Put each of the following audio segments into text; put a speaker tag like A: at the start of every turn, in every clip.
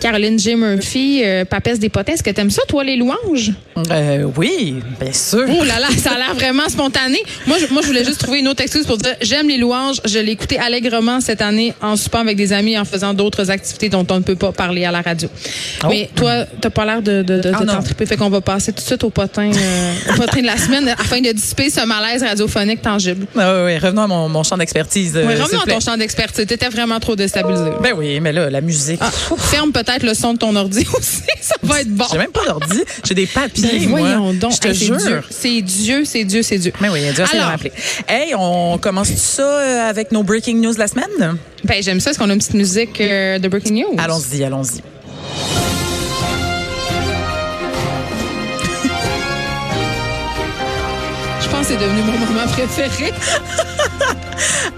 A: Caroline J. Murphy, euh, papesse des potins. Est-ce que t'aimes ça, toi, les louanges?
B: Euh, oui, bien sûr.
A: Oh là là, ça a l'air vraiment spontané. Moi je, moi, je voulais juste trouver une autre excuse pour dire j'aime les louanges. Je l'ai écouté allègrement cette année en soupant avec des amis, en faisant d'autres activités dont on ne peut pas parler à la radio.
B: Oh.
A: Mais toi, t'as pas l'air de, de, de, de
B: Ah, non.
A: t'en triper. Fait qu'on va passer tout de suite au potin, euh, au potin de la semaine afin de dissiper ce malaise radiophonique tangible.
B: Ah oui, oui, revenons à mon, mon champ d'expertise. euh,
A: Oui,
B: s'il
A: revenons
B: vous
A: à
B: plaît.
A: ton champ d'expertise. T'étais vraiment trop déstabilisé.
B: Ben oui, mais là, la musique.
A: Ah, ferme peut-être le son de ton ordi aussi. Ça va être bon.
B: J'ai même pas d'ordi, j'ai des papiers.
A: Ben,
B: moi.
A: voyons donc.
B: Je te
A: Hey, c'est Dieu.
B: jure.
A: C'est Dieu, c'est Dieu, c'est Dieu.
B: Mais oui, Dieu, c'est de
A: Alors.
B: rappeler. Hey, on commence ça euh, avec nos breaking news de la semaine?
A: Ben, j'aime ça. Est-ce qu'on a une petite musique euh, de Breaking News?
B: Allons-y, allons-y.
A: Je pense que c'est devenu mon moment préféré.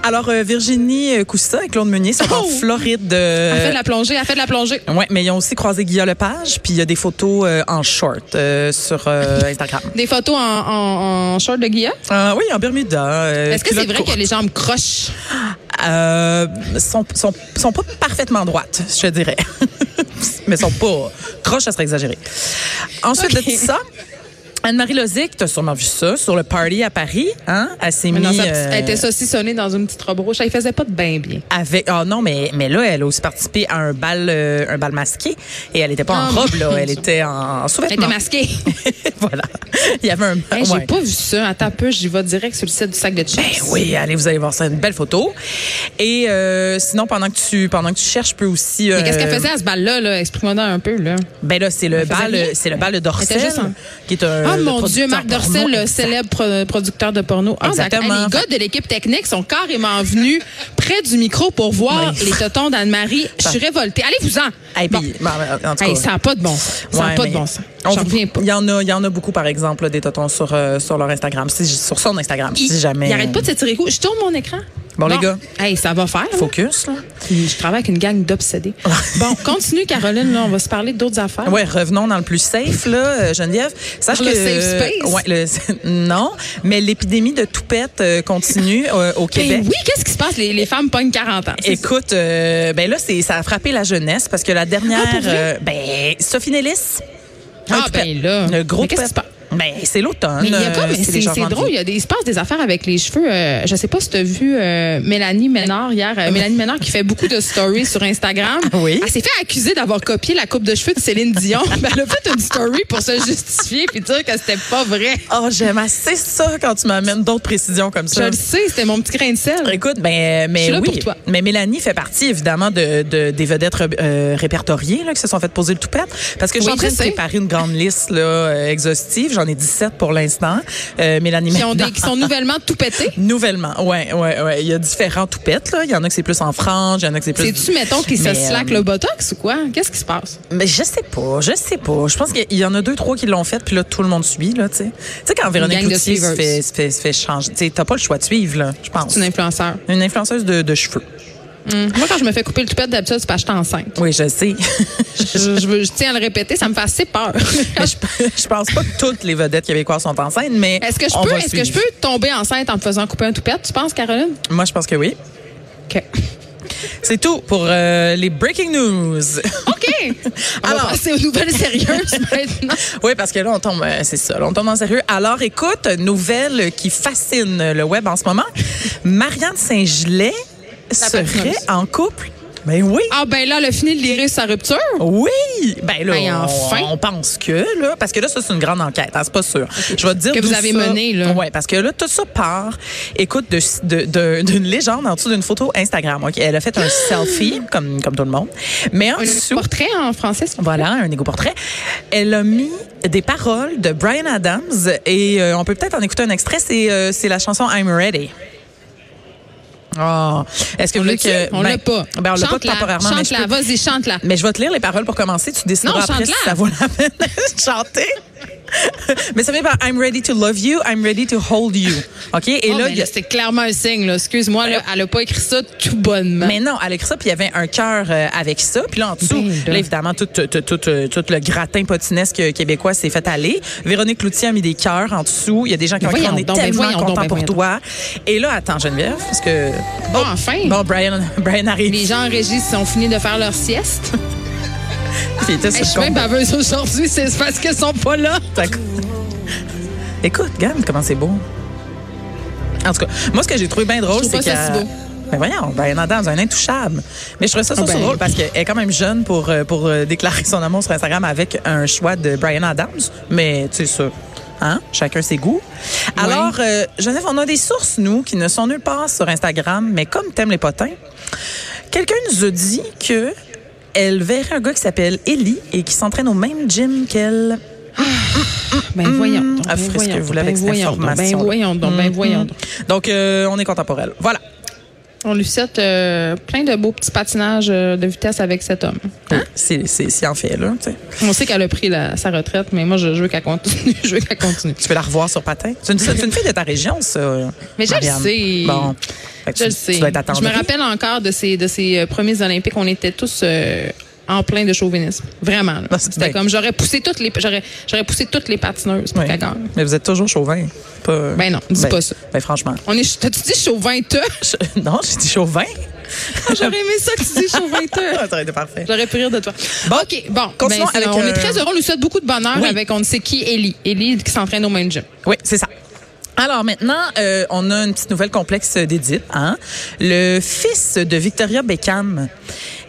B: Alors, euh, Virginie Coussa et Claude Meunier sont en
A: Oh!
B: Floride.
A: Elle fait
B: euh,
A: de la plongée, elle fait de la plongée.
B: ouais, mais ils ont aussi croisé Guillaume Lepage, puis il y a des photos euh, en short euh, sur euh, Instagram.
A: Des photos en, en, en short de Guilla.
B: Euh, oui, en Bermuda. euh,
A: Est-ce que c'est
B: culotte
A: vrai
B: courte.
A: que les jambes crochent?
B: Euh, sont, sont, sont pas parfaitement droites, je te dirais. Mais sont pas croches, ça serait exagéré. Ensuite
A: Ok.
B: de tout ça, Anne-Marie Lozic, t'as sûrement vu ça, sur le party à Paris, hein? Elle s'est
A: Mais
B: mise.
A: non, ça,
B: euh,
A: Elle était saucissonnée dans une petite robe rouge. Elle faisait pas de bain bien.
B: avec ah non mais mais là elle a aussi participé à un bal euh, un bal masqué et elle était pas
A: Ah,
B: en robe là
A: mon
B: elle
A: Dieu.
B: était en, en
A: Elle était
B: sous-vêtements
A: masquée.
B: voilà il y avait un
A: Hey,
B: ouais.
A: J'ai pas vu ça. Attends un peu, j'y vais direct sur le site du sac de chips.
B: Ben oui, allez, vous allez voir ça, une belle photo. Et euh, sinon, pendant que tu pendant que tu cherches, je peux aussi. euh,
A: Mais qu'est-ce qu'elle faisait à ce bal-là? -là, Exprime-moi un peu. Là.
B: Ben là, c'est le
A: Elle faisait
B: bal,
A: rien.
B: euh, c'est le bal de Dorcel,
A: était juste en-
B: qui est un.
A: Ah
B: Euh, le
A: mon Dieu,
B: producteur
A: Marc Dorcel,
B: porno.
A: le
B: Exact.
A: célèbre pro- producteur de porno. Ah, d'accord.
B: Exactement.
A: Hey, les gars de l'équipe technique sont carrément venus près du micro pour voir
B: Oui.
A: les totons d'Anne-Marie. Je suis révoltée. Allez-vous-en.
B: Hey,
A: Bon.
B: puis, bon, en tout cas,
A: Hey, ça n'a pas de bon sens. Ça n'a
B: ouais,
A: pas
B: mais
A: de bon sens.
B: on
A: J'en
B: vous-
A: reviens pas.
B: Il y en a, il y en a beaucoup par exemple là, des totons sur euh, sur leur Instagram, si- sur son Instagram, si jamais.
A: Il arrête pas de se tirer coup. Je tourne mon écran.
B: Bon, les gars.
A: Hey, ça va faire. là.
B: Focus là.
A: Je travaille avec une gang d'obsédés. bon, continue, Caroline. Là, on va se parler d'autres affaires.
B: Ouais, revenons dans le plus safe là, euh, Geneviève. Sache
A: Dans
B: que euh,
A: le safe space?
B: ouais, le- non, mais l'épidémie de toupette euh, continue euh, au
A: Ben
B: Québec.
A: oui, qu'est-ce qui se passe? Les, les femmes pognent 40 ans. C'est-
B: Écoute, euh, ben là, c'est, ça a frappé la jeunesse parce que la dernière,
A: Ah, pour vrai?
B: euh, ben Sophie Nellis. un
A: Ah,
B: toupet.
A: ben là.
B: le gros
A: Mais qu'est-ce qui se
B: toupet. Ben c'est l'automne.
A: Mais il y a
B: euh,
A: comme,
B: c'est
A: c'est,
B: les gens
A: c'est drôle,
B: vendus.
A: il, y a des, il se passe des affaires avec les cheveux. euh, je sais pas si tu as vu euh, Mélanie Ménard hier. euh, Mélanie Ménard qui fait beaucoup de stories sur Instagram.
B: Oui.
A: Elle s'est fait accuser d'avoir copié la coupe de cheveux de Céline Dion. Ben, elle a fait une story pour se justifier puis dire que c'était pas vrai.
B: Oh, j'aime assez ça quand tu m'amènes d'autres précisions comme
A: Je
B: ça.
A: le sais, c'était mon petit grain de sel.
B: Écoute, ben,
A: Je
B: mais
A: suis là
B: oui.
A: pour toi.
B: Mais Mélanie fait partie, évidemment, de, de- des vedettes re- euh, répertoriées là, qui se sont fait poser le toupette. Parce que je suis
A: Oui,
B: en train
A: je
B: de
A: sais.
B: préparer une grande liste là, euh, exhaustive. J'en ai 17 pour l'instant. Euh, Mélanie
A: Qui, ont des-
B: maintenant-
A: qui sont nouvellement tout pétés.
B: Nouvellement, ouais, ouais, ouais. Il y a différents toupettes, là. Il y en a que c'est plus en frange, il y en a que c'est plus.
A: C'est-tu, mettons, qui se
B: Mais,
A: slack
B: euh,
A: le botox ou quoi? Qu'est-ce qui se passe?
B: Mais je sais pas, je sais pas. Je pense qu'il y en a deux, trois qui l'ont fait, puis là, tout le monde suit, là, tu sais. Tu sais, quand Véronique
A: gang de
B: Cloutier se
A: suiveuses.
B: fait, se fait, se fait changer, tu sais, t'as pas le choix de suivre, là, je pense.
A: C'est une influenceur.
B: Une influenceuse de, de cheveux. Hmm.
A: Moi, quand je me fais couper le toupette d'habitude, c'est parce que je suis enceinte.
B: Oui, je sais.
A: Je, je veux- je tiens à le répéter, ça me fait assez peur.
B: Mais je, je pense pas que toutes les vedettes québécoises sont enceintes, mais.
A: Est-ce que je
B: on
A: peux,
B: va
A: est-ce que je
B: suivre.
A: peux tomber enceinte en me faisant couper un toupette, tu penses, Caroline?
B: Moi, je pense que oui.
A: OK.
B: C'est tout pour euh, les breaking news.
A: OK. On
B: Alors.
A: va passer aux nouvelles sérieuses maintenant.
B: Oui, parce que là, on tombe, euh, c'est ça, là, on tombe en sérieux. Alors, écoute, nouvelle qui fascine le web en ce moment. Marianne Saint-Gelais serait
A: patineuse.
B: en couple. Ben oui.
A: Ah, ben là, elle a fini de livrer sa rupture.
B: Oui! Ben là,
A: Ah. Ben,
B: on-
A: enfin.
B: on, pense que, là, parce que là, ça, c'est une grande enquête, hein, c'est pas sûr. Je vais te dire
A: Que vous
B: d'où
A: avez
B: ça-
A: menée, là.
B: Ouais, parce que là, tout ça part, écoute, de- de- de- d'une légende en dessous d'une photo Instagram. Ok, Elle a fait un selfie, comme, comme tout le monde, mais en
A: Un
B: dessous,
A: portrait en français, s'il vous plaît.
B: voilà, un égo-portrait. Elle a mis des paroles de Brian Adams et euh, on peut peut-être en écouter un extrait. C'est euh, c'est la chanson I'm Ready. Oh. Est-ce que
A: On
B: vous
A: l'a
B: voulez que.
A: On
B: ben,
A: l'a pas.
B: Ben, on l'a pas
A: Chante-la,
B: temporairement, mais je
A: Chante-la,
B: peux-
A: vas-y, chante-la.
B: mais je vais te lire les paroles pour commencer. Tu décideras
A: Non,
B: après si
A: chante-la.
B: ça vaut la peine de chanter. Mais ça vient par I'm ready to love you, I'm ready to hold you. OK? Et
A: Ah, ben
B: là, il y a-
A: là, c'est clairement un signe, là. Excuse-moi, là, elle a pas écrit ça tout bonnement.
B: Euh, mais non, elle a écrit ça, puis il y avait un cœur euh, avec ça. Puis là, en dessous,
A: Ben là.
B: là, évidemment, tout, tout, tout, tout, euh, tout le gratin potinesque euh, québécois s'est fait aller. Véronique Cloutier a mis des cœurs en dessous. Il y a des gens qui ont
A: Mais
B: dit « On
A: voyons
B: est
A: donc, ben
B: tellement
A: voyons donc,
B: contents
A: ben
B: pour
A: voyons
B: toi. » Et là, attends, Geneviève, parce que...
A: Bon, enfin.
B: Bon, Brian, Brian arrive.
A: Les gens en régie ont fini de faire leur sieste.
B: Puis il était
A: Hey, je
B: sur le
A: suis bien
B: compte.
A: baveuse aujourd'hui, c'est parce qu'elles sont pas là.
B: D'accord. Écoute, regarde comment c'est beau. En tout cas, moi, ce que j'ai trouvé bien drôle,
A: Je
B: c'est
A: trouve
B: que.
A: pas ça si beau.
B: Ben voyons, ben non, dans un intouchable. Mais je trouvais ça, ça,
A: Ah ben.
B: drôle parce qu'elle est quand même jeune pour, euh, pour euh, déclarer son amour sur Instagram avec un choix de Brian Adams. Mais tu sais ça. Hein? Chacun ses goûts. Alors, euh, Genève, on a des sources, nous, qui ne sont nulle part sur Instagram, mais comme t'aimes les potins, quelqu'un nous a dit que elle verrait un gars qui s'appelle Ellie et qui s'entraîne au même gym qu'elle.
A: Ben voyons. donc, ben
B: Ah, frisque,
A: voyons
B: vous
A: donc,
B: l'avez
A: ben
B: avec cette
A: voyons donc, Ben
B: information-là.
A: voyons donc, ben voyons donc.
B: Donc, euh, on est contemporain. Voilà.
A: On lui souhaite euh, plein de beaux petits patinages euh, de vitesse avec cet homme. Hein?
B: C'est, c'est, c'est en fait, là. tu sais.
A: On sait qu'elle a pris la- sa retraite, mais moi, je, je veux qu'elle continue. Je veux qu'elle continue.
B: Tu peux la revoir sur patin. C'est une, c'est une fille de ta région, ça.
A: Mais je le
B: Marianne.
A: sais.
B: Bon. Fait que
A: Je
B: tu,
A: le
B: tu
A: sais.
B: dois être attendue.
A: Je me rappelle encore de ces, de ces euh, premiers Olympiques. On était tous euh, en plein de chauvinisme. Vraiment. là.
B: Non, Ah, c'est
A: C'était
B: bien.
A: comme j'aurais poussé toutes les j'aurais j'aurais poussé toutes les patineuses pour
B: Oui.
A: qu'elle gagne.
B: Mais vous êtes toujours chauvin. Pas-
A: Ben non, dis pas ça.
B: Ben franchement.
A: On est t'as-tu dit chauvin toi?
B: Je- non, j'ai dit chauvin.
A: J'aurais aimé ça que tu dis chauvin
B: Ah,
A: toi.
B: ça aurait été parfait.
A: J'aurais pu rire de toi.
B: Bon,
A: OK, bon.
B: continuons
A: ben, c'est-
B: avec,
A: on
B: euh,
A: est très heureux. On nous souhaite beaucoup de bonheur
B: Oui.
A: avec on ne sait qui, Ellie. Ellie qui s'entraîne au même gym.
B: Oui, c'est ça. Alors maintenant, euh, on a une petite nouvelle complexe d'Édith. Hein? Le fils de Victoria Beckham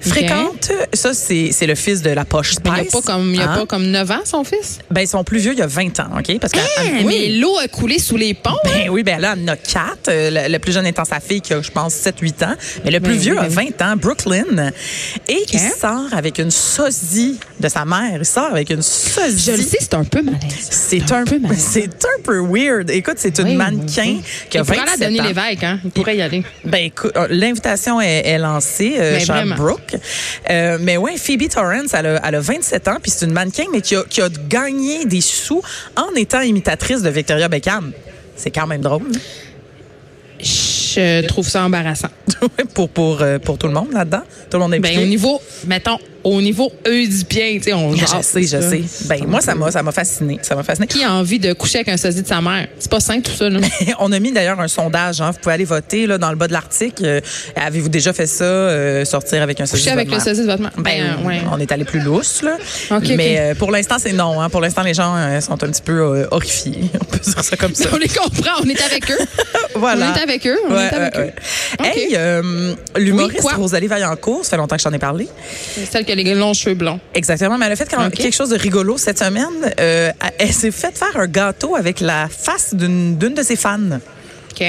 B: fréquente, ça c'est c'est le fils de la poche Spice.
A: Mais il n'y a, pas comme, il y a
B: hein.
A: pas comme 9 ans, son fils.
B: Ben ils sont plus vieux, il y a 20 ans, OK? Parce que
A: Hein,
B: Ah, oui.
A: Mais l'eau a coulé sous les ponts.
B: Ben oui, ben là, elle en a quatre. Euh, Le, le plus jeune étant sa fille qui a, je pense, 7-8 ans. Mais le plus
A: Ben oui,
B: vieux
A: ben
B: a 20 ans, Brooklyn. Et il sort avec une sosie de sa mère. Il sort avec une sosie.
A: Je le sais, c'est un peu malaise.
B: C'est un,
A: peu malaisant.
B: c'est un peu weird. Écoute, c'est une
A: Oui, ben
B: mannequin
A: oui.
B: qui a
A: Il pourrait aller à
B: 27
A: Denis
B: ans.
A: Lévesque, hein? Il pourrait y aller.
B: Ben écoute, euh, l'invitation est, est lancée, euh,
A: Ben,
B: Sean
A: vraiment.
B: Brooke. Euh, mais ouais, Phoebe Torrance, elle a, elle a 27 ans, puis c'est une mannequin, mais qui a, qui a gagné des sous en étant imitatrice de Victoria Beckham. C'est quand même drôle. hein?
A: Je trouve ça embarrassant.
B: pour, pour, euh, pour tout le monde là-dedans. Tout le monde est
A: Ben, au
B: impliqué.
A: niveau, mettons, au niveau Oedipien, tu sais, on
B: Je
A: jase,
B: sais, je
A: ça.
B: sais. Ben, moi, ça m'a, ça m'a fasciné. Ça m'a fasciné.
A: Qui a envie de coucher avec un sosie de sa mère? C'est pas sain, tout ça, là.
B: On a mis d'ailleurs un sondage. Hein. Vous pouvez aller voter là, dans le bas de l'article. Euh, avez-vous déjà fait ça, euh, sortir avec un sosie
A: Coucher
B: de
A: avec
B: votre
A: le
B: mère?
A: sosie de votre mère.
B: Ben,
A: Ben, ouais.
B: on est allé plus lousse, là.
A: Ok,
B: Mais
A: ok.
B: euh, pour l'instant, c'est non. Hein. Pour l'instant, les gens euh, sont un petit peu euh, horrifiés. On peut dire ça comme ça.
A: On les comprend, on est avec eux.
B: voilà.
A: On est avec eux, on
B: Ouais,
A: est avec
B: ouais,
A: eux.
B: ouais.
A: Ok.
B: Hey, euh, l'humoriste
A: Oui, quoi?
B: Rosalie Vaillancourt, ça fait longtemps que j'en ai parlé.
A: Celle qui a les longs cheveux blonds.
B: Exactement, mais elle a fait quand même
A: Ok.
B: quelque chose de rigolo cette semaine. Euh, elle- elle s'est faite faire un gâteau avec la face d'une d'une de ses fans.
A: OK?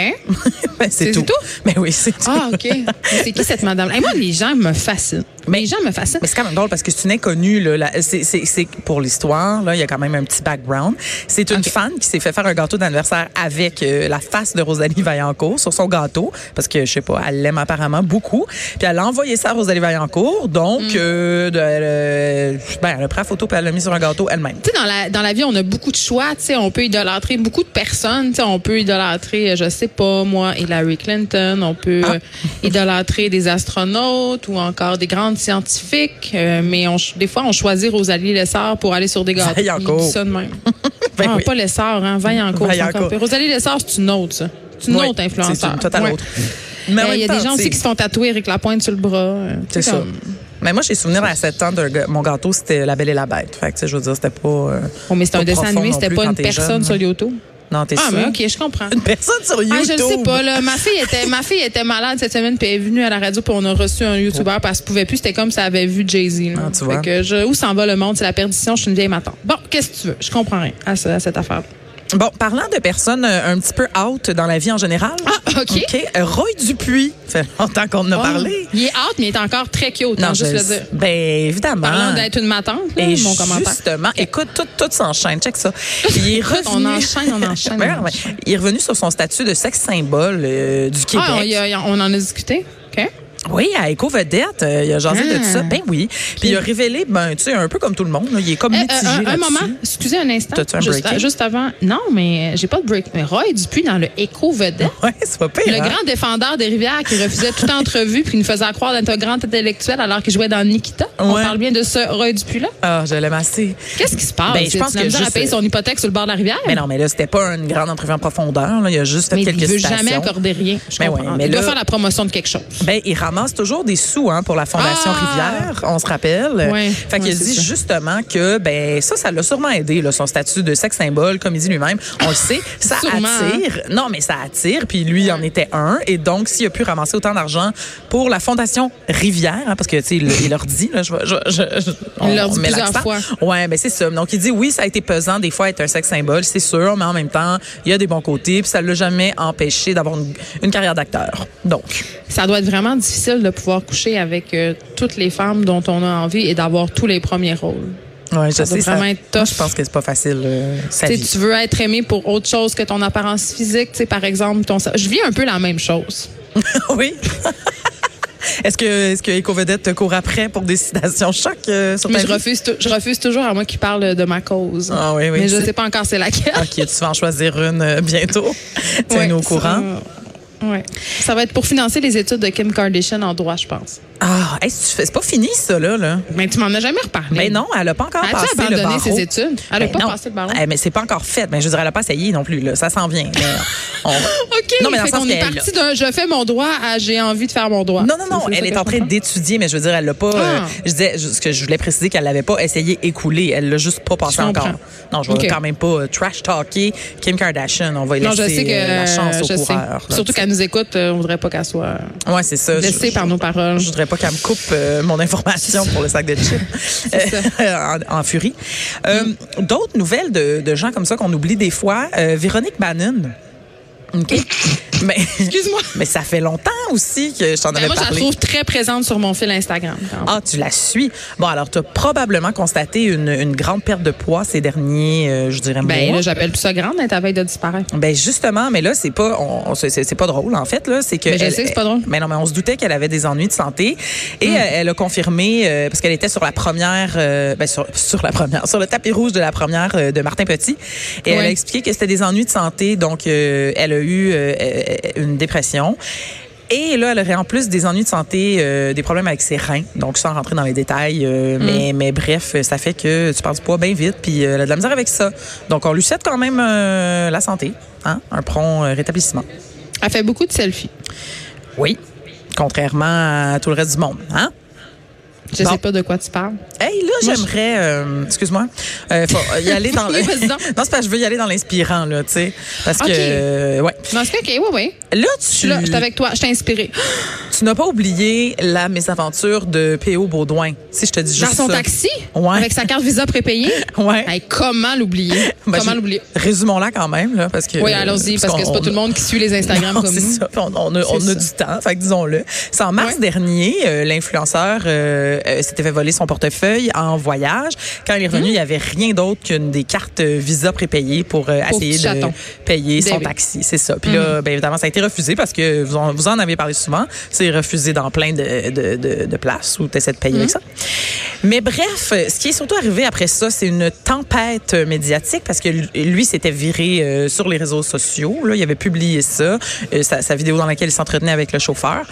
B: Ben, c'est
A: C'est
B: tout.
A: tout?
B: Mais oui, c'est tout.
A: Ah, OK. Mais C'est qui cette madame? Et moi, les gens me fascinent.
B: Mais-
A: les gens me fascinent.
B: Mais c'est quand même drôle parce que c'est une inconnue là. La- c'est- c'est- c'est pour l'histoire là, il y a quand même un petit background. C'est une fan qui s'est fait faire un gâteau d'anniversaire avec euh, la face de Rosalie Vaillancourt sur son gâteau parce que je sais pas, elle l'aime apparemment beaucoup. Puis elle a envoyé ça à Rosalie Vaillancourt, donc
A: Mm.
B: euh, de- elle, euh, ben, elle a pris la photo puis elle l'a mis sur un gâteau elle-même.
A: Tu sais, dans la, dans la vie, on a beaucoup de choix. Tu sais, on peut idolâtrer beaucoup de personnes. Tu sais, on peut idolâtrer, euh, je sais pas, moi, Hillary Clinton. On peut
B: Ah.
A: euh, idolâtrer des astronautes ou encore des grandes scientifiques. Euh, mais on, ch- des fois, on choisit Rosalie Lessard pour aller sur des gâteaux.
B: Vaillancourt.
A: Je dis ça de même.
B: Ben
A: ah,
B: oui.
A: pas Lessard, hein. Vaillancourt. c'est encore
B: Vaillancourt.
A: pire. Rosalie Lessard, c'est une autre, ça. C'est une
B: Oui,
A: autre influenceur.
B: C'est une totale
A: Ouais.
B: autre.
A: Euh,
B: Mais en
A: Il y a
B: même
A: des
B: temps,
A: gens aussi
B: c'est-
A: qui se font tatouer avec la pointe sur le bras. euh,
B: C'est ça.
A: comme-
B: Mais moi, j'ai souvenir à 7 ans, de mon gâteau, c'était La Belle et la Bête. Fait que, tu sais, je veux dire, c'était pas. euh,
A: Oh, mais c'était
B: pas
A: un dessin
B: profond
A: animé,
B: non
A: c'était
B: plus
A: pas
B: quand
A: une
B: t'es
A: personne
B: jeune. hein.
A: sur YouTube.
B: Non, t'es
A: Ah,
B: sûr?
A: mais OK, je comprends.
B: Une personne sur YouTube.
A: Ah, je ne sais pas là. Ma fille était ma fille était malade cette semaine puis elle est venue à la radio puis on a reçu un youtubeur parce qu'elle pouvait plus. C'était comme si elle avait vu Jay Z.
B: Ah, tu vois.
A: que je, où s'en va le monde C'est la perdition. Je suis une vieille matante. Bon, qu'est-ce que tu veux Je comprends rien à, ce- à cette affaire.
B: Bon, parlant de personnes euh, un petit peu out dans la vie en général.
A: Ah, OK.
B: euh, Roy Dupuis. Ça fait longtemps qu'on en a parlé.
A: Oh, Il est hâte mais il est encore très cute. Non, juste
B: je
A: le
B: sais.
A: dire.
B: Ben, évidemment.
A: Parlant d'être une matante, là,
B: Et
A: mon commentaire.
B: justement, écoute, tout, tout s'enchaîne. Check ça. Il est
A: Écoute, on
B: revenu-
A: enchaîne, on enchaîne,
B: Ouais,
A: on
B: ouais. Il est revenu sur son statut de sex symbole euh, du Québec.
A: Ah, on, y a- on en a discuté. Ok.
B: Oui, à Eco Vedette, euh, il a jasé de
A: Ah.
B: tout ça. Ben oui. Puis il a révélé, ben, tu sais, un peu comme tout le monde, là, il est comme
A: Eh, euh,
B: mitigé
A: un, un
B: là-dessus.
A: moment, excusez un instant.
B: T'as-tu un
A: Juste, euh,
B: breaking?
A: juste avant. Non, mais j'ai pas de break. Mais Roy Dupuis dans le écho vedette.
B: Ouais, c'est pas pire.
A: Le
B: hein?
A: grand défendeur des rivières qui refusait toute entrevue puis qui nous faisait croire d'être un grand intellectuel alors qu'il jouait dans Nikita. On
B: Ouais.
A: parle bien de ce Roy Dupuis-là.
B: Ah, je l'aime assez.
A: Qu'est-ce qui se passe?
B: Ben, je
A: Est-ce
B: pense
A: qu'il a
B: que
A: misère
B: juste-
A: à payer son hypothèque sur le bord de la rivière.
B: Mais non, mais là, c'était pas une grande entrevue en profondeur. Là. Il a juste fait
A: Mais
B: quelques
A: il veut
B: citations.
A: jamais accorder rien. Je
B: Ben
A: comprends.
B: ouais, mais
A: il
B: là-
A: doit faire la promotion de quelque chose.
B: Ben, il ramasse toujours des sous hein, pour la Fondation
A: Ah!
B: Rivière, on se rappelle.
A: Ouais,
B: fait qu'il
A: ouais,
B: a
A: c'est
B: dit
A: ça.
B: justement que ben ça, ça l'a sûrement aidé, là, son statut de sex symbole, comme il dit lui-même. On le sait, ça
A: Sûrement,
B: attire. Non, mais ça attire. Puis lui, il en était un. Et donc, s'il a pu ramasser autant d'argent pour la Fondation Rivière, hein, parce que, tu sais, il, il leur dit, là, je, vais- je, je- je- on-
A: leur
B: on
A: dit
B: met
A: plusieurs
B: l'accent.
A: fois.
B: Ouais, mais c'est ça. Donc il dit oui, ça a été pesant des fois être un sexe symbole, c'est sûr, mais en même temps, il y a des bons côtés, puis ça l'a jamais empêché d'avoir une, une carrière d'acteur. Donc,
A: Ça doit être vraiment difficile de pouvoir coucher avec euh, toutes les femmes dont on a envie et d'avoir tous les premiers rôles.
B: ouais, je
A: Ça doit
B: sais
A: vraiment être tough.
B: Je pense que c'est pas facile euh, sa
A: Tu sais,
B: vie.
A: tu veux être aimé pour autre chose que ton apparence physique, tu sais, par exemple, ton. Je vis un peu la même chose.
B: oui. est-ce que est-ce que Eco Vedette te court après pour des citations choc euh, sur
A: Mais
B: ta
A: je
B: vie?
A: refuse, tou- je refuse toujours à moi qui parle de ma cause.
B: Ah oui, oui,
A: Mais je
B: tu-
A: sais pas encore c'est laquelle.
B: Ok, tu vas en choisir une euh, bientôt.
A: Ouais,
B: Tiens-nous au
A: ça-
B: courant.
A: ouais. Ça va être pour financer les études de Kim Kardashian en droit, je pense.
B: Ah, hey, c'est c'est pas fini ça là là.
A: Mais tu m'en as jamais reparlé.
B: Mais Ben non, elle n'a pas encore
A: Elle a-tu
B: passé le
A: abandonné
B: barreau.
A: ses études? Elle a
B: Ben
A: pas
B: non.
A: passé le barreau?
B: Eh, mais c'est pas encore fait. Mais je dirais, elle n'a pas essayé non plus. Là. Ça s'en vient. Mais on-
A: OK.
B: Non, mais dans
A: fait
B: le sens
A: qu'on est
B: qu'elle-
A: parti d'un je fais mon droit à j'ai envie de faire mon droit.
B: Non, non, non.
A: Ah, C'est- c'est
B: Elle
A: ça
B: est
A: que
B: en
A: je
B: train
A: comprends.
B: d'étudier, mais je veux dire, elle l'a pas. euh,
A: Ah.
B: je disais, je- ce que je voulais préciser qu'elle l'avait pas essayé écoulé. Elle l'a juste pas passé
A: Je comprends.
B: encore. Non, je vais
A: Ok.
B: quand même pas euh, trash talker Kim Kardashian. On va y
A: Non,
B: laisser
A: je sais que.
B: euh, la chance au
A: je sais.
B: coureur.
A: Surtout qu'elle nous écoute, euh, on voudrait pas qu'elle soit
B: Ouais, c'est ça. Je-
A: blessée
B: je-
A: par nos paroles.
B: Je voudrais pas qu'elle me coupe euh, mon information pour le sac de chips en, en furie. Euh, D'autres nouvelles de, de gens comme ça qu'on oublie des fois. Euh, Véronique Bannon. OK. mais,
A: Excuse-moi.
B: mais ça fait longtemps aussi que je t'en
A: Mais
B: avais
A: Ben, moi, je la
B: parlé.
A: trouve très présente sur mon fil Instagram. quand même.
B: Ah, tu la suis. Bon, alors, tu as probablement constaté une, une grande perte de poids ces derniers, euh, je dirais,
A: Ben,
B: mois.
A: là, j'appelle plus ça grande, elle est à veille de disparaître.
B: Ben justement, mais là c'est pas, on, on- c'est- c'est c'est pas drôle en fait là, c'est que.
A: Mais je
B: elle-
A: sais que c'est pas drôle.
B: Mais non, mais on se doutait qu'elle avait des ennuis de santé et euh, elle a confirmé euh, parce qu'elle était sur la première, euh, ben sur, sur la première, sur le tapis rouge de la première euh, de Martin Petit et elle a
A: Ouais.
B: expliqué que c'était des ennuis de santé, donc euh, elle a eu euh, euh, une dépression. Et là, elle aurait en plus des ennuis de santé, euh, des problèmes avec ses reins. Donc, sans rentrer dans les détails, euh, mais, mais bref, ça fait que tu perds du poids bien vite, puis euh, elle a de la misère avec ça. Donc, on lui souhaite quand même euh, la santé, hein, un prompt euh, rétablissement.
A: Elle fait beaucoup de selfies.
B: Oui. Contrairement à tout le reste du monde, hein?
A: Je
B: Bon.
A: sais pas de quoi tu parles.
B: Hey, là, j'aimerais, euh, excuse-moi, euh, faut y aller dans le.
A: Oui, vas-y
B: non,
A: donc.
B: c'est parce que je veux y aller dans l'inspirant, là, tu sais. Parce
A: Ok.
B: que, euh, ouais.
A: Dans ce cas, OK, oui, oui.
B: Là,
A: Je
B: tu,
A: suis là, je suis avec toi, je t'ai inspirée.
B: tu n'as pas oublié la mésaventure de P.O. Baudouin. Si je te dis
A: Dans
B: juste
A: son
B: ça.
A: taxi,
B: Ouais.
A: avec sa carte Visa prépayée.
B: Ouais.
A: Hey, comment l'oublier?
B: Ben,
A: comment
B: je-
A: l'oublier?
B: Résumons-la quand même, là, Euh, parce que.
A: Oui, allons-y, parce que c'est pas
B: qu'on-
A: tout le monde qui suit les Instagram
B: Non,
A: comme
B: c'est
A: nous.
B: ça. Puis On, on a, on a
A: ça.
B: du temps, fait que disons-le. C'est en mars
A: Ouais.
B: dernier, euh, l'influenceur euh, euh, s'était fait voler son portefeuille en voyage. Quand il est
A: Mmh.
B: revenu, il n'y avait rien d'autre qu'une des cartes euh, Visa prépayées pour, euh,
A: Pour
B: essayer
A: petit
B: de
A: chaton. Ben Mmh.
B: payer son
A: David.
B: taxi. C'est ça. Puis là, ben, évidemment, ça a été refusé parce que vous en, vous en avez parlé souvent. C'est refusé dans plein de, de, de- de places où tu essaies de
A: Mmh.
B: payer avec ça. Mais bref, euh, ce qui est surtout arrivé après ça, c'est une tempête euh, médiatique parce que lui- lui s'était viré euh, sur les réseaux sociaux. Là, il avait publié ça, euh, sa, sa vidéo dans laquelle il s'entretenait avec le chauffeur.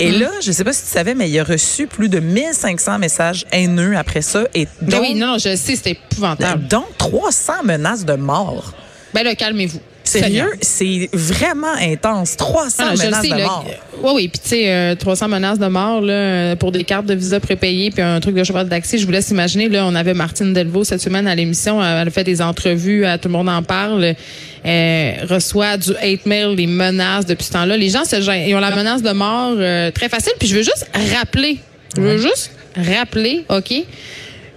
B: Et
A: Mm.
B: là, je sais pas si tu savais, mais il a reçu plus de 1500 messages haineux après ça et
A: Ben
B: donc,
A: oui, non, je sais, c'est épouvantable.
B: dont 300 menaces de mort.
A: Ben là, calmez-vous.
B: Sérieux, c'est vraiment intense. 300
A: Ah, non, je le
B: menaces
A: sais,
B: de
A: là.
B: mort.
A: Oui, oui. Puis, tu sais, euh, 300 menaces de mort là, euh, pour des cartes de visa prépayées puis un truc de chauffeur de taxi. Je vous laisse imaginer, là, on avait Martine Delvaux cette semaine à l'émission. Elle elle fait des entrevues, à Tout le monde en parle. Euh, reçoit du hate mail, les menaces depuis ce temps-là. Les gens se gênent. Ils ont la menace de mort euh, très facile. Puis, je veux juste rappeler, je veux juste rappeler, OK,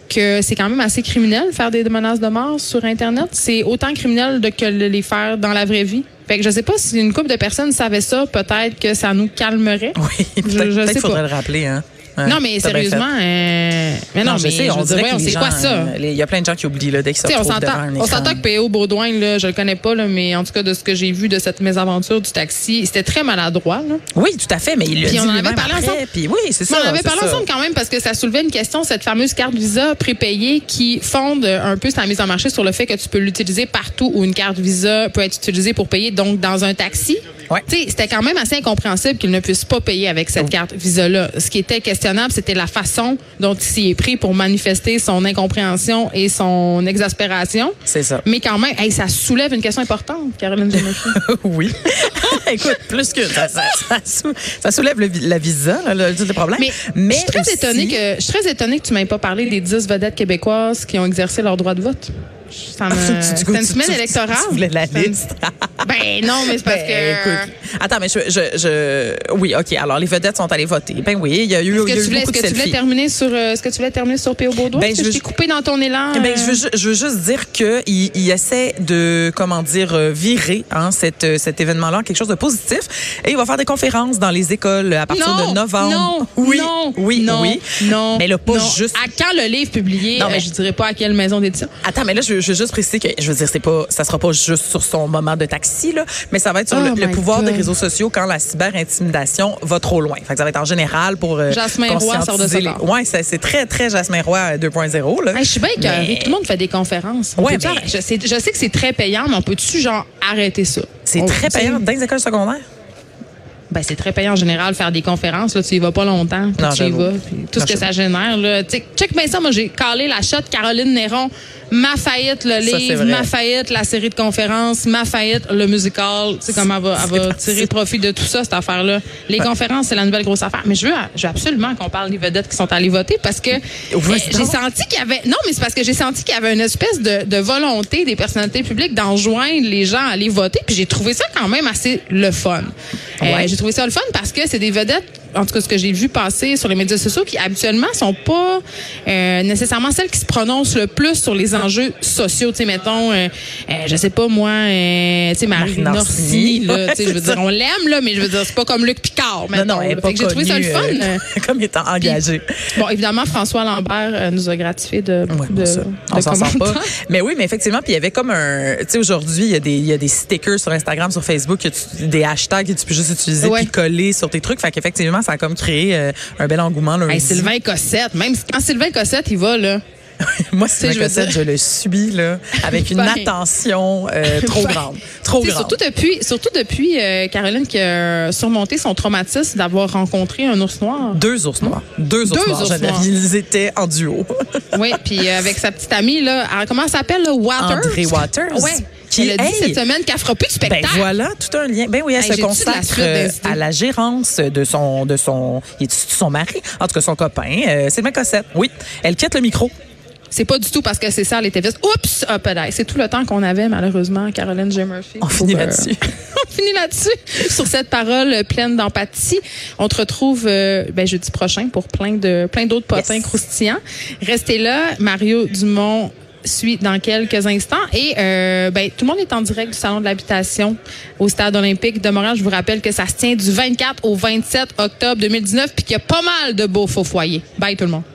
A: que c'est quand même assez criminel faire des menaces de mort sur Internet. C'est autant criminel de que de les faire dans la vraie vie. Fait que je sais pas si une couple de personnes savait ça, peut-être que ça nous calmerait.
B: Oui,
A: Je-
B: peut-être
A: je
B: peut-être
A: sais
B: qu'il faudrait
A: pas.
B: le rappeler. Hein. Ouais,
A: non, mais
B: t'as bien fait.
A: sérieusement, euh, mais non,
B: Non, je
A: mais
B: sais,
A: je
B: on
A: veux dire,
B: dirait que
A: voyons,
B: les
A: c'est
B: gens,
A: quoi ça?
B: euh, les- Il y a plein de gens qui oublient là, dès qu'ils se
A: Tu sais, on
B: retrouvent devant
A: s'entend,
B: un
A: on
B: écran.
A: s'entend que P.O. Baudouin, là, je le connais pas, là, mais en tout cas, de ce que j'ai vu de cette mésaventure du taxi, c'était très maladroit, là.
B: Oui, tout à fait, mais il le
A: Puis
B: dit
A: on en avait
B: lui-même
A: parlé
B: après,
A: ensemble.
B: Puis oui, c'est ça.
A: Mais on en avait
B: c'est
A: parlé
B: ça.
A: ensemble quand même parce que ça soulevait une question, cette fameuse carte Visa prépayée qui fonde euh, un peu sa mise en marché sur le fait que tu peux l'utiliser partout où une carte Visa peut être utilisée pour payer, donc dans un taxi.
B: Ouais. Mm.
A: Tu sais, C'était quand même assez incompréhensible qu'il ne puisse pas payer avec cette carte Visa-là. Ce qui était question questionnable, c'était la façon dont il s'y est pris pour manifester son incompréhension et son exaspération.
B: C'est ça.
A: Mais quand même, hey, ça soulève une question importante, Caroline Janoski.
B: oui. Écoute, plus que ça, ça, ça sou- ça soulève le, vi- la visa, là, le, le problème.
A: Mais, je suis très
B: aussi-
A: étonnée que je suis très étonnée que tu m'aies pas parlé des 10 vedettes québécoises qui ont exercé leur droit de vote. Ça me-
B: Ah, tu- tu-
A: C'était
B: tu-
A: euh, une
B: tu-
A: semaine
B: tu- tu-
A: électorale.
B: Tu voulais la
A: C'était une-
B: liste. Ah,
A: Ben non, mais c'est parce
B: Ben,
A: que
B: écoute. Attends, mais je, je, je- Oui, OK. Alors, les vedettes sont allées voter. Ben oui, il y a
A: Est-ce
B: eu, il y a
A: que,
B: eu
A: tu voulais, est-ce
B: beaucoup de
A: que tu voulais
B: selfies.
A: terminer sur euh, est-ce que tu voulais terminer sur P.O. Baudouin?
B: Ben,
A: Parce
B: je
A: que
B: veux
A: je t'ai
B: ju-
A: coupé dans ton élan.
B: Ben, je,
A: euh,
B: veux, ju- je veux juste dire que il, il essaie de comment dire euh, virer hein, cette, euh, cet événement-là en quelque chose de positif et il va faire des conférences dans les écoles à partir
A: non,
B: de novembre.
A: Non,
B: oui,
A: non,
B: oui,
A: non,
B: oui.
A: non.
B: Mais là, pas
A: non.
B: juste.
A: À quand le livre publié?
B: Non, mais-
A: Euh, je dirais pas à quelle maison d'édition.
B: Attends, mais là, je veux, je veux juste préciser que, je veux dire, c'est pas, ça sera pas juste sur son moment de taxi, là, mais ça va être sur
A: Oh
B: le, le
A: my
B: pouvoir
A: God.
B: des réseaux sociaux quand la cyberintimidation va trop loin. Fait que ça va être en général pour. euh,
A: Jasmin Roy sort de
B: conscientiser
A: sa
B: les-
A: part.
B: Ouais, c'est c'est très, très Jasmin Roy euh, 2.0, là.
A: Hey, je suis bien écoeurée.
B: Mais-
A: Tout le monde fait des conférences. On
B: Ouais,
A: peut-tu
B: mais-
A: arr- je, sais, je sais que c'est très payant, mais on peut-tu genre arrêter ça?
B: C'est
A: On-
B: très
A: tu sais,
B: payant dans les écoles secondaires.
A: Ben, c'est très payant en général faire des conférences. Là, tu y vas pas longtemps. puis
B: Non,
A: tu y
B: j'avoue.
A: vas. puis tout
B: Non,
A: ce que
B: j'avoue.
A: ça génère. Là. Tu sais, Check bien ça. Moi, j'ai calé la shot Caroline Néron. Ma faillite, le
B: c'est
A: livre.
B: vrai.
A: Ma faillite, la série de conférences. Ma faillite, le musical. Tu sais comment elle va, elle va
B: parti.
A: tirer profit de tout ça, cette affaire-là. Les conférences, c'est la nouvelle grosse affaire. Mais je veux, je veux absolument qu'on parle des vedettes qui sont allées voter parce que euh,
B: c'est
A: j'ai
B: donc.
A: senti qu'il y avait. Non, mais c'est parce que j'ai senti qu'il y avait une espèce de, de volonté des personnalités publiques d'enjoindre les gens à aller voter. Puis j'ai trouvé ça quand même assez le fun. Euh,
B: Ouais.
A: j'ai trouvé ça le fun parce que c'est des vedettes, en tout cas ce que j'ai vu passer sur les médias sociaux, qui habituellement sont pas euh, nécessairement celles qui se prononcent le plus sur les enjeux sociaux. Tu sais, mettons, euh, euh, je sais pas moi, euh, tu sais, Marie
B: Marie Narcisse.
A: Narcy, là, tu sais, je
B: Ouais,
A: veux
B: c'est
A: dire, on l'aime, là, mais je veux dire, c'est pas comme Luc Picard,
B: Non,
A: mettons,
B: non, elle
A: Ben
B: est
A: là.
B: pas
A: Fait que j'ai trouvé ça le fun.
B: connue, euh, comme étant engagée.
A: Bon, évidemment, François Lambert euh, nous a gratifié de
B: Ouais,
A: beaucoup
B: bon,
A: de,
B: ça, on
A: de
B: s'en sort pas.
A: commentaires.
B: Mais oui, mais effectivement, puis il y avait comme un, tu sais, aujourd'hui, il y a des, il y a des stickers sur Instagram, sur Facebook, que tu- des hashtags que tu peux juste utiliser
A: Ouais.
B: puis coller sur tes trucs. Fait qu'effectivement, ça a comme créé euh, un bel engouement lundi.
A: Hey, Sylvain Cossette, même si- quand Sylvain Cossette, il va, là.
B: Moi,
A: Tu sais,
B: Sylvain
A: je veux
B: Cossette,
A: dire-
B: je le subis là, avec une
A: Ben.
B: attention euh, trop
A: Ben.
B: grande, trop
A: Tu sais,
B: grande.
A: Surtout depuis, surtout depuis euh, Caroline qui a surmonté son traumatisme d'avoir rencontré un ours noir.
B: Deux ours noirs. Deux, ours
A: Deux
B: noirs.
A: ours
B: Geneviève.
A: noirs.
B: Ils étaient en duo.
A: Oui, puis euh, avec sa petite amie, là, elle- comment elle s'appelle, là, Waters?
B: André Waters.
A: Oui.
B: Qui,
A: Qui, elle a dit
B: hey,
A: cette semaine qu'elle fera plus de
B: Ben
A: spectacle.
B: voilà, tout un lien. Ben oui, elle
A: Hey,
B: se
A: j'ai-tu de la
B: consacre
A: suite
B: euh,
A: des idées?
B: à la gérance de son, de son, il est son mari, en tout cas son copain, euh, Sylvain Cossette. Oui, elle quitte le micro.
A: C'est pas du tout parce que c'est ça, elle était vite. Oups! Ah, pedaille. C'est tout le temps qu'on avait, malheureusement, Caroline J. Murphy.
B: On
A: Pour,
B: finit
A: euh,
B: là-dessus.
A: on finit là-dessus. Sur cette parole euh, pleine d'empathie, on te retrouve euh, ben, jeudi prochain pour plein de plein d'autres potins
B: Yes.
A: croustillants. Restez là, Mario Dumont suit dans quelques instants et euh, ben, tout le monde est en direct du salon de l'habitation au stade olympique de Montréal. Je vous rappelle que ça se tient du 24 au 27 octobre 2019 puis qu'il y a pas mal de beaux faux foyers. Bye tout le monde.